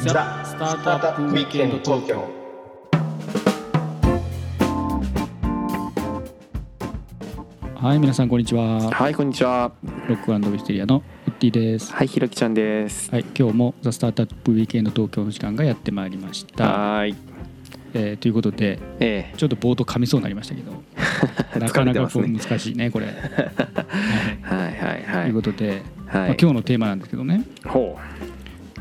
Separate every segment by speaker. Speaker 1: ザ・スタートアップウィークエンド東京
Speaker 2: はい、皆さんこんにちは。
Speaker 3: はいこんにちは
Speaker 2: ロックアンドミステリアのウッディです。
Speaker 3: はいひろきちゃんです
Speaker 2: はい、今日もザスタートアップウィークエンド東京の時間がやってまいりました。
Speaker 3: はーい
Speaker 2: えーということで、
Speaker 3: え
Speaker 2: ちょっと冒頭噛みそうになりましたけど、
Speaker 3: え
Speaker 2: なかな
Speaker 3: 疲れて
Speaker 2: か
Speaker 3: ます
Speaker 2: こう
Speaker 3: ね
Speaker 2: 難しいねこれ。はい
Speaker 3: はいはい
Speaker 2: と
Speaker 3: はいいう
Speaker 2: ことで、ま
Speaker 3: は
Speaker 2: あ
Speaker 3: い
Speaker 2: 今日のテーマなんですけどね、
Speaker 3: ほ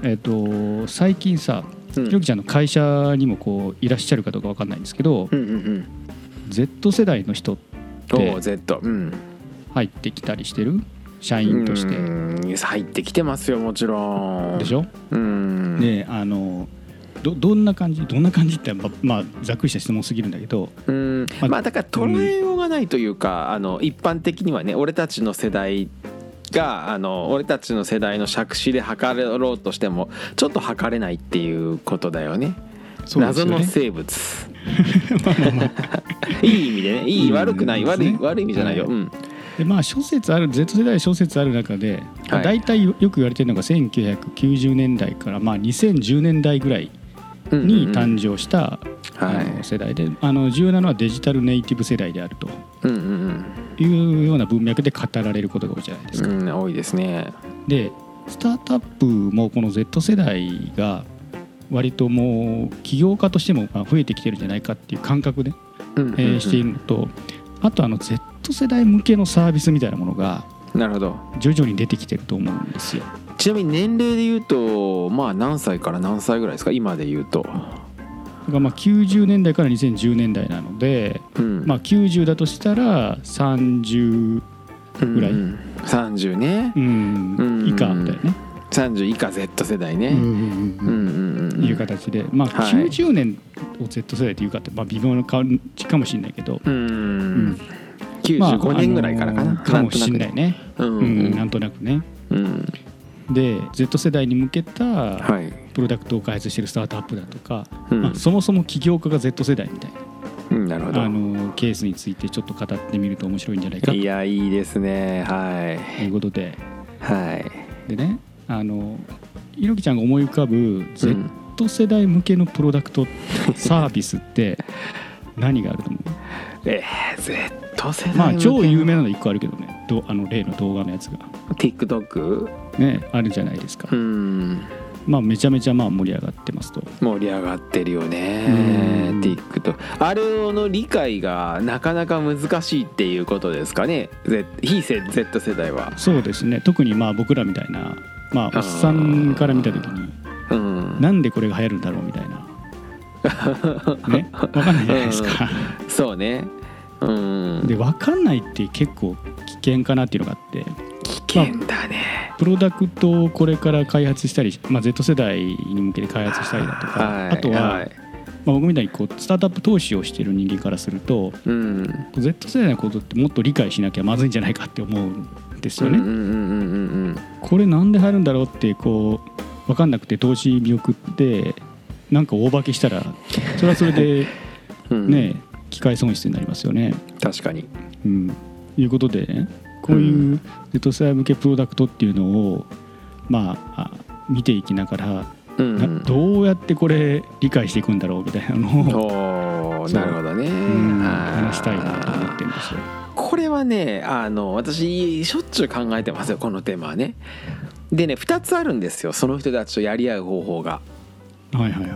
Speaker 2: えっ、と最近さ、
Speaker 3: ううん
Speaker 2: ひろきちゃんの会社にもこういらっしゃるかどうかわかんないんですけど、
Speaker 3: うんうんうん
Speaker 2: Z 世代の人
Speaker 3: おお
Speaker 2: で
Speaker 3: Z うん
Speaker 2: 入ってきたりしてる社員として
Speaker 3: うーん入ってきてますよもちろん
Speaker 2: でしょ？
Speaker 3: うん
Speaker 2: であのどどんな感じどんな感じってままあざっくりした質問すぎるんだけど
Speaker 3: うん
Speaker 2: まあ
Speaker 3: まあだから捉えようがないというか、あの一般的にはね俺たちの世代があの俺たちの世代の杓子で測ろうとしてもちょっと測れないっていうことだよね謎の生物 いい意味でねいい
Speaker 2: うん
Speaker 3: 悪くない、
Speaker 2: そう
Speaker 3: 悪
Speaker 2: です
Speaker 3: い
Speaker 2: ね
Speaker 3: 悪い意味じゃないよ、
Speaker 2: はい
Speaker 3: うん
Speaker 2: でまあ諸説ある Z 世代諸説ある中で、まあ、大体よく言われてるのが1990年代から、まあ、2010年代ぐらい
Speaker 3: うんうん
Speaker 2: に
Speaker 3: うん
Speaker 2: 誕生した、
Speaker 3: は
Speaker 2: あの
Speaker 3: い
Speaker 2: 世代であの重要なのはデジタルネイティブ世代であると
Speaker 3: うんうん
Speaker 2: いうような文脈で語られることが多いじゃないです
Speaker 3: う
Speaker 2: か。
Speaker 3: ん、うん、多いですね
Speaker 2: でスタートアップもこの Z 世代が割ともう起業家としてもまあ増えてきてるんじゃないかっていう感覚で、
Speaker 3: うんうん
Speaker 2: え
Speaker 3: う
Speaker 2: ー
Speaker 3: ん
Speaker 2: しているのとあとあの Z 世代向けのサービスみたいなものが
Speaker 3: なるほど
Speaker 2: 徐々に出てきてると思うんですよ。
Speaker 3: ちなみに年齢で言うとまあ何歳から何歳ぐらいですか今で言うと、
Speaker 2: だからまあ90年代から2010年代なので、
Speaker 3: うん
Speaker 2: まあ、90だとしたら30、ぐらい
Speaker 3: うんうん、30ね
Speaker 2: うん
Speaker 3: うん
Speaker 2: 以下だよね、
Speaker 3: 30以下 Z 世代ね、
Speaker 2: うん
Speaker 3: うんうんうん、
Speaker 2: いう形で、まあ、
Speaker 3: はい
Speaker 2: 90年を Z 世代というかって、まあ、微妙な感じかもしれないけど、う
Speaker 3: う
Speaker 2: ん
Speaker 3: ん
Speaker 2: まあ
Speaker 3: 95年ぐらいからかな、
Speaker 2: あのーかもしれないね
Speaker 3: うん
Speaker 2: う、
Speaker 3: うんん
Speaker 2: なんとなくね
Speaker 3: うん
Speaker 2: で Z 世代に向けた
Speaker 3: はい
Speaker 2: プロダクトを開発してるスタートアップだとか、
Speaker 3: うん
Speaker 2: まあ、そもそも起業家が Z 世代みたい
Speaker 3: うんなるほ
Speaker 2: な、あ
Speaker 3: ど
Speaker 2: のーケースについてちょっと語ってみると面白いんじゃないかと
Speaker 3: いやいいですねはい
Speaker 2: いうことで
Speaker 3: はい
Speaker 2: でねあのひろきちゃんが思い浮かぶ Z 世代向けのプロダクト、サービスって何があると思う
Speaker 3: えー、Z 世代
Speaker 2: まあ
Speaker 3: 向けの
Speaker 2: 超有名なの1個あるけどねどあの例の動画のやつが
Speaker 3: TikTok
Speaker 2: ねあるじゃないですか、
Speaker 3: うん
Speaker 2: まあめちゃめちゃまあ盛り上がってますと
Speaker 3: 盛り上がってるよね
Speaker 2: うん
Speaker 3: TikTok あれの理解がなかなか難しいっていうことですかね Z 非 Z 世代は
Speaker 2: そうですね特にまあ僕らみたいなまあおっさんから見た時に
Speaker 3: うん
Speaker 2: なんでこれが流行るんだろうみたい なねわかんないじゃないですか
Speaker 3: そうねうん
Speaker 2: でわかんないって結構危険かなっていうのがあって
Speaker 3: 危険だね
Speaker 2: プロダクトをこれから開発したり、まあ、Z 世代に向けて開発したりだとか、
Speaker 3: はい
Speaker 2: あとは、
Speaker 3: い
Speaker 2: まあ、僕みたいにこうスタートアップ投資をしてる人間からすると
Speaker 3: うん、
Speaker 2: Z 世代のことってもっと理解しなきゃまずいんじゃないかって思うんです
Speaker 3: う
Speaker 2: よ
Speaker 3: んう
Speaker 2: ね。
Speaker 3: んうんうんうん
Speaker 2: これなんで入るんだろうってこう分かんなくて投資見送ってなんか大化けしたらそれはそれで
Speaker 3: うん
Speaker 2: ね、機械損失になりますよね。
Speaker 3: 確かに
Speaker 2: うん、いうことでねこういうう Z 世代向けプロダクトっていうのを、まああ見ていきながら
Speaker 3: うん
Speaker 2: な
Speaker 3: うん
Speaker 2: どうやってこれ理解していくんだろうみたいな のを、
Speaker 3: おー
Speaker 2: そう
Speaker 3: なるほどね
Speaker 2: うん
Speaker 3: あー
Speaker 2: 話したいなと思ってるんですよ。
Speaker 3: これはねあの私しょっちゅう考えてますよこのテーマはねでね2つあるんですよその人たちとやり合う方法が
Speaker 2: はいはいはい。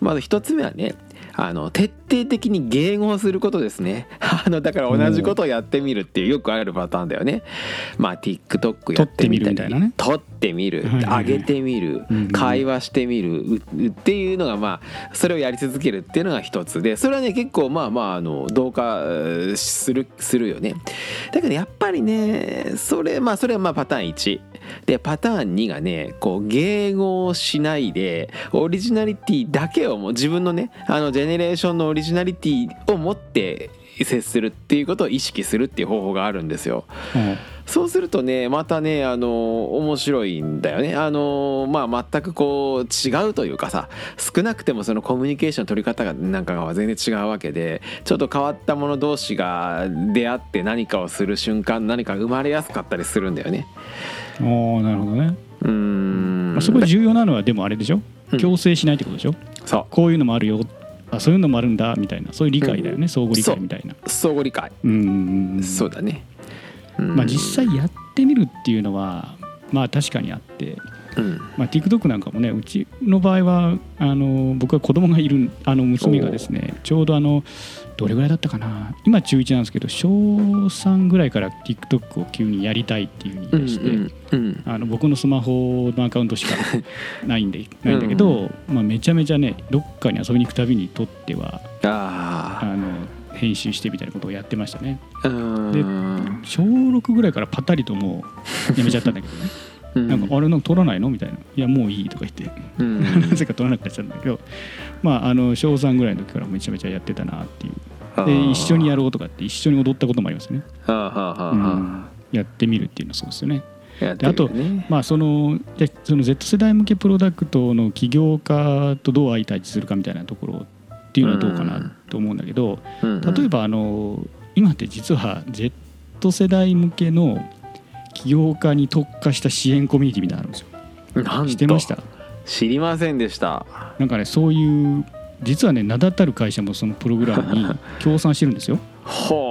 Speaker 3: まず1つ目はねあの徹底的に迎合することですね あのだから同じことをやってみるっていうよくあるパターンだよねまあ TikTok やってみ
Speaker 2: 撮ってみる
Speaker 3: たり
Speaker 2: みたいなね
Speaker 3: 撮ってみる
Speaker 2: はいはいはい
Speaker 3: 上げてみる
Speaker 2: うんうん
Speaker 3: 会話してみるううっていうのがまあそれをやり続けるっていうのが一つでそれはね結構まあまああの同化えーするするよねだけどやっぱりねそれまあそれはまあパターン1でパターン2がねこう迎合しないでオリジナリティだけをもう自分のねあのジェネレーションのオリジナリティを持って接するっていうことを意識するっていう方法があるんですよ。そうするとねまたねあの面白いんだよねあのまあ全くこう違うというかさ少なくてもそのコミュニケーションの取り方がなんかが全然違うわけでちょっと変わったもの同士が出会って何かをする瞬間何か生まれやすかったりするんだよね。
Speaker 2: おおなるほどね。
Speaker 3: うーん
Speaker 2: まあ、そこで重要なのはでもあれでしょ
Speaker 3: うん
Speaker 2: 強制しないってことでしょ
Speaker 3: そ
Speaker 2: こういうのもあるよあそういうのもあるんだみたいなそういう理解だよね、相互理
Speaker 3: そう
Speaker 2: 解みたいな
Speaker 3: う相互理解、
Speaker 2: うんうんうん
Speaker 3: そうだね、うん
Speaker 2: まあ実際やってみるっていうのはまあ確かにあって、
Speaker 3: うん
Speaker 2: まあ、TikTok なんかもねうちの場合はあの僕は子供がいるあの娘がですねちょうどあのどれぐらいだったかな今中1なんですけど小3ぐらいから TikTok を急にやりたいっていうふうに
Speaker 3: う
Speaker 2: 言い
Speaker 3: ん
Speaker 2: 出して、
Speaker 3: うん
Speaker 2: あの僕のスマホのアカウントしかないん でないんだけど、まあ、めちゃめちゃねどっかに遊びに行くたびに撮っては
Speaker 3: あ
Speaker 2: あの編集してみたいなことをやってましたね
Speaker 3: あうん
Speaker 2: 小6ぐらいからパタリともうやめちゃったんだけど ね
Speaker 3: うん
Speaker 2: なんかあれなんか撮らないのみたいな「いやもういい」とか言って
Speaker 3: う
Speaker 2: なんぜか撮らなくなっちゃったんだけどまああの小3ぐらいの時からめちゃめちゃやってたなっていう
Speaker 3: あ
Speaker 2: で
Speaker 3: ー
Speaker 2: 一緒にやろうとかって一緒に踊ったこともありますね、
Speaker 3: はあはあはあはあ
Speaker 2: やってみるっていうのはそうですよね
Speaker 3: やってるよね
Speaker 2: まあそのでその Z 世代向けプロダクトの起業家とどう相対峙するかみたいなところっていうのはどうかなと思うんだけど、
Speaker 3: うんうん
Speaker 2: 例えばあの今って実は Z 世代向けの起業家に特化した支援コミュニティみたいなのあるんです
Speaker 3: なん
Speaker 2: よ。
Speaker 3: と
Speaker 2: 知ってました
Speaker 3: 知りませんでした
Speaker 2: なんかねそういう実はね名だたる会社もそのプログラム に協賛してるんですよ。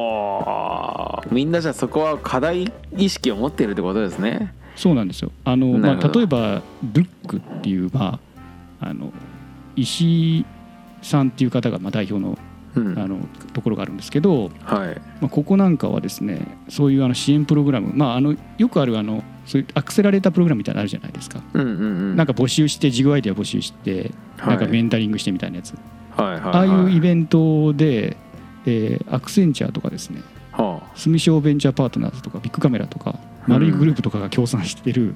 Speaker 3: ほうみんなじゃあそこは課題意識を持ってるってことですね
Speaker 2: そうなんですよあの、ま
Speaker 3: なる
Speaker 2: あ、
Speaker 3: ほど
Speaker 2: 例えばルックっていう、まあ、あの石井さんっていう方がまあ代表の
Speaker 3: うん
Speaker 2: あのところがあるんですけど、
Speaker 3: はい
Speaker 2: まあ、ここなんかはですねそういうあの支援プログラム、まあ、あのよくあるあのそういうアクセラレータープログラムみたいなのあるじゃないですか、
Speaker 3: うんうんうん
Speaker 2: なんか募集して事業アイデア募集してなんかメンタリングしてみたいなやつ、
Speaker 3: はいはいは
Speaker 2: ああいうイ
Speaker 3: ン
Speaker 2: ベントで、えーアクセンチャーとかですね
Speaker 3: ト、は
Speaker 2: スミショーベンチャーパートナーズとかビッグカメラとか
Speaker 3: うん
Speaker 2: 丸いグループとかが協賛してる、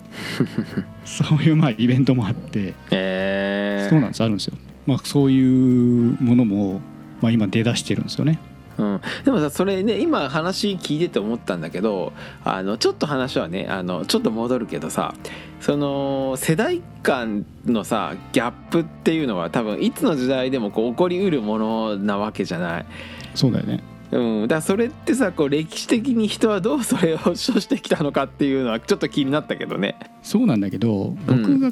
Speaker 2: そういうまあイベントもあって
Speaker 3: あ、えー、
Speaker 2: そうなんですあるんですよ、まあ、そういうものも、まあ、今出だしてるんですよね
Speaker 3: うん、でもさそれね今話聞いてて思ったんだけどあのちょっと話はねあのちょっと戻るけどさその世代間のさギャップっていうのは多分いつの時代でもこう起こりうるものなわけじゃない。
Speaker 2: そうだよね
Speaker 3: うん、だからそれってさこう歴史的に人はどうそれを処してきたのかっていうのはちょっと気になったけどね。
Speaker 2: そうなんだけど僕が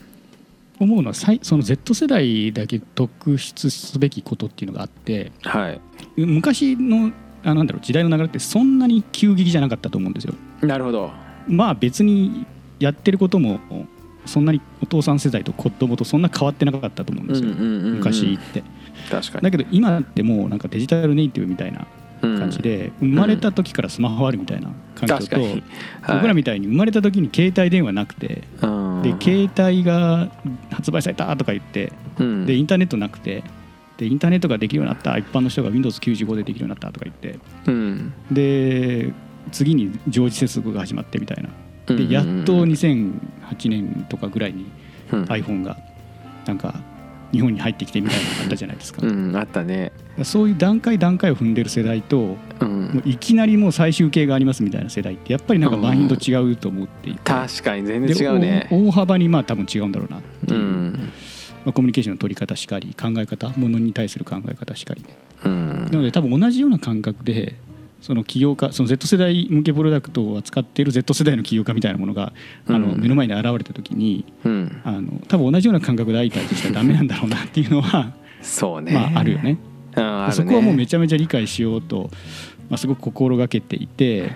Speaker 2: 思うのはさいその Z 世代だけ特筆すべきことっていうのがあって
Speaker 3: はい、
Speaker 2: 昔のあなんだろう時代の流れってそんなに急激じゃなかったと思うんですよ。
Speaker 3: なるほど。
Speaker 2: まあ別にやってることもそんなにお父さん世代と子供とそんな変わってなかったと思うんですよ、昔って。
Speaker 3: 確かに
Speaker 2: だけど今ってもうなんかデジタルネイティブみたいな感じ、で生まれた時からスマホあるみたいな
Speaker 3: うん
Speaker 2: 環境
Speaker 3: 確か
Speaker 2: と
Speaker 3: に、
Speaker 2: 僕らみたいに生まれた時に携帯電話なくてで携帯が発売されたとか言って
Speaker 3: うん、
Speaker 2: でインターネットなくてでインターネットができるようになった一般の人が Windows95 でできるようになったとか言って
Speaker 3: うん、
Speaker 2: で次に常時接続が始まってみたいな
Speaker 3: うんうんうん
Speaker 2: でやっと2008年とかぐらいに
Speaker 3: うん
Speaker 2: iPhone がなんか日本に入ってきてみたいなのがあったじゃないですか
Speaker 3: う、ん、あったね。
Speaker 2: そういう段階段階を踏んでる世代とも
Speaker 3: うん、
Speaker 2: ういきなりもう最終形がありますみたいな世代ってやっぱりなんかマインド違うと思っていて、
Speaker 3: 確かに全
Speaker 2: で
Speaker 3: 然違うね。
Speaker 2: 大大幅にまあ多分違うんだろうなって
Speaker 3: う
Speaker 2: いう、
Speaker 3: ん、
Speaker 2: まあ、コミュニケーションの取り方しかり考え方ものに対する考え方しかり
Speaker 3: う、
Speaker 2: なんので多分同じような感覚でその起業家その Z 世代向けプロダクトを扱っている Z 世代の起業家みたいなものがあの
Speaker 3: うん
Speaker 2: 目の前に現れた時に
Speaker 3: うん、
Speaker 2: あの多分同じような感覚で相対しちゃダメなんだろうなっていうのは
Speaker 3: そうね。
Speaker 2: まああるよね。
Speaker 3: うん。あるね。
Speaker 2: そこはもうめちゃめちゃ理解しようと、まあ、すごく心がけてい て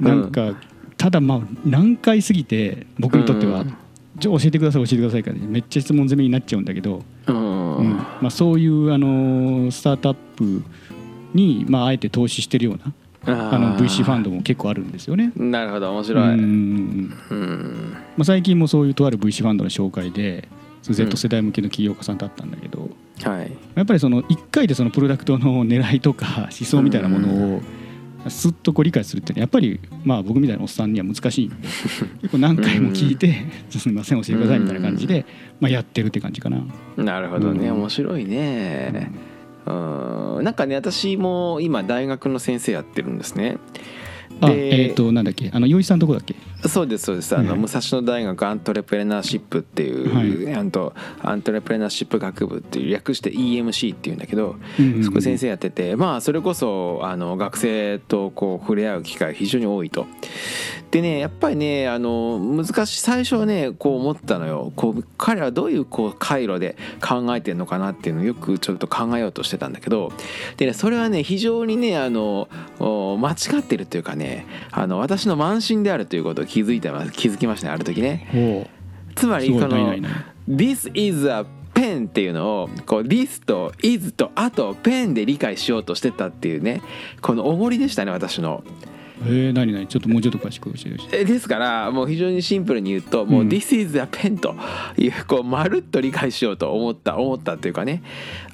Speaker 2: なんかただまあ何回過ぎて僕にとっては
Speaker 3: うん
Speaker 2: 「じゃあ教えてください教えてください」からめっちゃ質問攻めになっちゃうんだけど、
Speaker 3: うん、
Speaker 2: うんまあ、そういうあのースタートアップにまああえて投資してるようなあの VC ファンドも結構あるんですよね。
Speaker 3: ド。なるほど、面
Speaker 2: うん
Speaker 3: 白
Speaker 2: うんう
Speaker 3: い。
Speaker 2: ん
Speaker 3: うん、
Speaker 2: まあ、最近もそういうとある VC ファンドの紹介でその Z 世代向けの起業家さんだったんだけど。
Speaker 3: はい。
Speaker 2: やっぱりその1回でそのプロダクトの狙いとか思想みたいなものをすっとこう理解するっていうのはやっぱりまあ僕みたいなおっさんには難しいんで結構何回も聞いて「 すみません教えてください」みたいな感じでまあやってるって感じかな。
Speaker 3: なるほどね、
Speaker 2: うん
Speaker 3: 面白いね。うん、なんかね、私も今大学の先生やってるんですね。
Speaker 2: あ
Speaker 3: で
Speaker 2: えっ、となんだっけあの洋一さんのとこだっけ
Speaker 3: そうですそうですあの、
Speaker 2: はい
Speaker 3: 武蔵野大学アントレプレナーシップっていう、
Speaker 2: は
Speaker 3: あんとアントレプレナーシップ学部っていう略して EMC っていうんだけど、
Speaker 2: うんうんうん
Speaker 3: そこ先生やっててまあそれこそあの学生とこう触れ合う機会非常に多いと。でねやっぱりねあの難しい最初はねこう思ったのよこう彼らどういうこう回路で考えてるのかなっていうのをよくちょっと考えようとしてたんだけどでねそれはね非常にねあのお間違ってるというかねあの私の慢心であるということを気づいた気づきましたねある時ね。
Speaker 2: お
Speaker 3: つますり
Speaker 2: ご
Speaker 3: こ
Speaker 2: いない
Speaker 3: の
Speaker 2: ないない
Speaker 3: This is a pen っていうのをこう this と is とあとペンで理解しようとしてたっていうねこのおごりでしたね私の。
Speaker 2: えー、何何ちょっともうちょっと詳しく教えてほしい
Speaker 3: えですからもう非常にシンプルに言うともう
Speaker 2: う
Speaker 3: 「
Speaker 2: ん
Speaker 3: This is a pen」というこうまるっと理解しようと思った 思ったっていうかね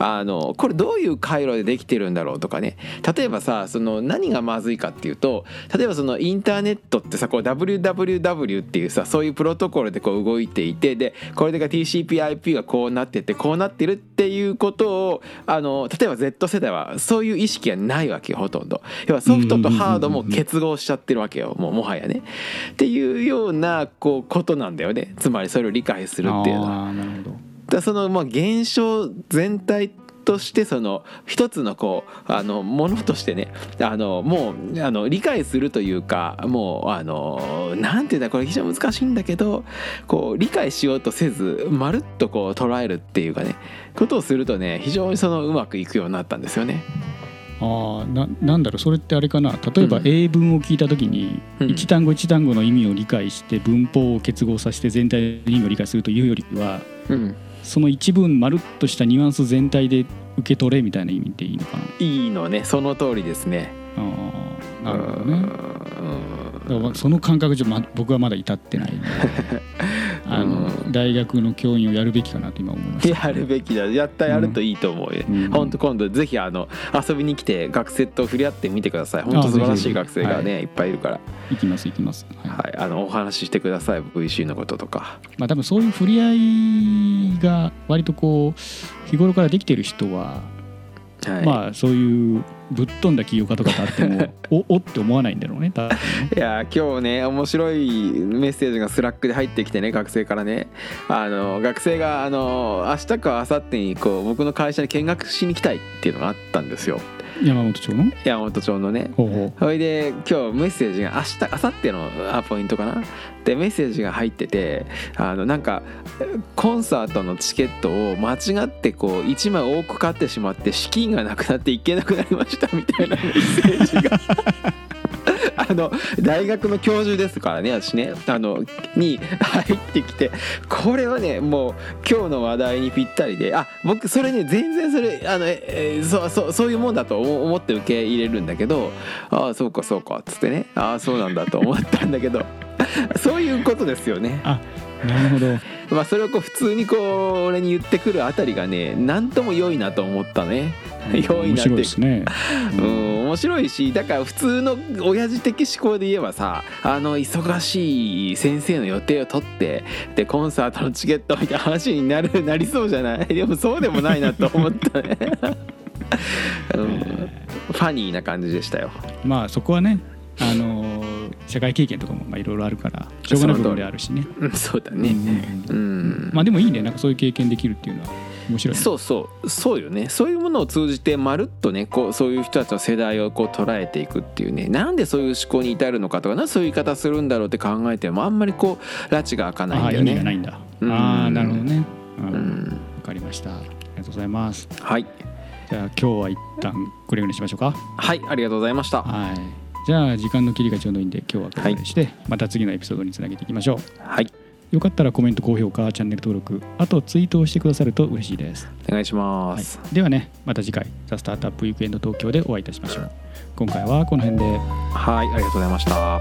Speaker 3: あのこれどういう回路でできてるんだろうとかね例えばさその何がまずいかっていうと例えばそのインターネットってさこう WWW っていうさそういうプロトコルでこう動いていてでこれが TCPIP がこうなっててこうなってるっていうことをあの例えば Z 世代はそういう意識がないわけよほとんど。要はソフトとハードも結合しちゃってるわけよもうもはやね。っていうようなこうことなんだよねつまりそれを理解するっていうのは。
Speaker 2: ああなるほど
Speaker 3: だそのまあ現象全体としてその一つのこうあのものとしてねあのもうあの理解するというかもうあのなんていうんだこれ非常に難しいんだけどこう理解しようとせずまるっとこう捉えるっていうかねことをするとね非常にそのうまくいくようになったんですよね。
Speaker 2: ああななんだろうそれってあれかな例えば
Speaker 3: うん
Speaker 2: 英文を聞いた時に
Speaker 3: うん
Speaker 2: 一単語一単語の意味を理解して文法を結合させて全体の意味を理解するというよりは
Speaker 3: うん、
Speaker 2: その一文まるっとしたニュアンス全体で受け取れみたいな意味でいいのかない
Speaker 3: いのねその通りですね。
Speaker 2: ああなるほどねだか
Speaker 3: うん
Speaker 2: らまあその感覚じゃ、ま、僕はまだ至ってない あの、大学の教員をやるべきかなと今思いました
Speaker 3: やるべきだやったやるといいと思うよ、
Speaker 2: うん
Speaker 3: ほんと今度ぜひあの遊びに来て学生と触れ合ってみてください本当
Speaker 2: あ
Speaker 3: 素晴らし
Speaker 2: ぜ
Speaker 3: い
Speaker 2: ひ
Speaker 3: 学生がね、い、っぱいいるから、
Speaker 2: いきますいきますはい、
Speaker 3: はい、あのお話ししてください VC のこととか
Speaker 2: まあ多分そういう触れ合いが割とこう日頃からできてる人は
Speaker 3: はい、
Speaker 2: まあそういうぶっ飛んだ起業家とかとあって もおおって思わないんだろうね多分
Speaker 3: いやー今日ね面白いメッセージがスラックで入ってきてね学生からねあの学生があの明日か明後日にこう僕の会社に見学しに来たいっていうのがあったんですよ
Speaker 2: 山本町の
Speaker 3: 山本町のね
Speaker 2: 方法
Speaker 3: それで今日メッセージが明日明後日のアポイントかなでメッセージが入っててあのなんかコンサートのチケットを間違ってこう1枚多く買ってしまって資金がなくなって行けなくなりましたみたいなメッセージが。 あの大学の教授ですからね私ねあのに入ってきてこれはねもう今日の話題にぴったりであ僕それね全然それあのええそうそうそういうもんだと思思って受け入れるんだけどああそうかそうかっつってねああそうなんだと思ったんだけど そういうことですよね。
Speaker 2: なるほど
Speaker 3: まあ、それをこう普通にこう俺に言ってくるあたりがね何とも良いなと思ったね良い
Speaker 2: 面
Speaker 3: なって
Speaker 2: 白い
Speaker 3: いう
Speaker 2: で
Speaker 3: か
Speaker 2: すね、
Speaker 3: う
Speaker 2: うん
Speaker 3: ん面白いしだから普通の親父的思考で言えばさあの忙しい先生の予定を取ってでコンサートのチケットみたいな話になるなりそうじゃないでもそうでもないなと思っ たね、うん、ファニーな感じでしたよ
Speaker 2: まあそこはねあのー社会経験とかもまあいろいろあるからしょうがない部分であるしね
Speaker 3: うんそうだ
Speaker 2: う
Speaker 3: ね
Speaker 2: ん
Speaker 3: うん
Speaker 2: まあでもいいねなんかそういう経験できるっていうのは面白いね
Speaker 3: そうそうそうよねそういうものを通じてまるっとねこうそういう人たちの世代をこう捉えていくっていうねなんでそういう思考に至るのかとかなんでそういう言い方するんだろうって考えてもあんまりこう拉致が開かないん
Speaker 2: ああ
Speaker 3: だ
Speaker 2: ー
Speaker 3: よ
Speaker 2: 意味が
Speaker 3: ね。
Speaker 2: ないんだ、
Speaker 3: うん
Speaker 2: ああなるほどねわ、う、
Speaker 3: うんん
Speaker 2: わかりましたありがとうございます
Speaker 3: はい、
Speaker 2: じゃあ今日は一旦これぐらいにしましょうか
Speaker 3: はい、ありがとうございました。
Speaker 2: はいじゃあ時間の切りがちょうどいいんで今日はこれぐらいにして、また次のエピソードにつなげていきましょう
Speaker 3: はい、
Speaker 2: よかったらコメント高評価チャンネル登録あとツイートをしてくださると嬉しいです、
Speaker 3: お願いしま
Speaker 2: はい
Speaker 3: す。、
Speaker 2: ではねまた次回「ザ・スタートアップ・ウィークエンド東京」でお会いいたしましょう今回はこの辺で
Speaker 3: はい、ありがとうございました。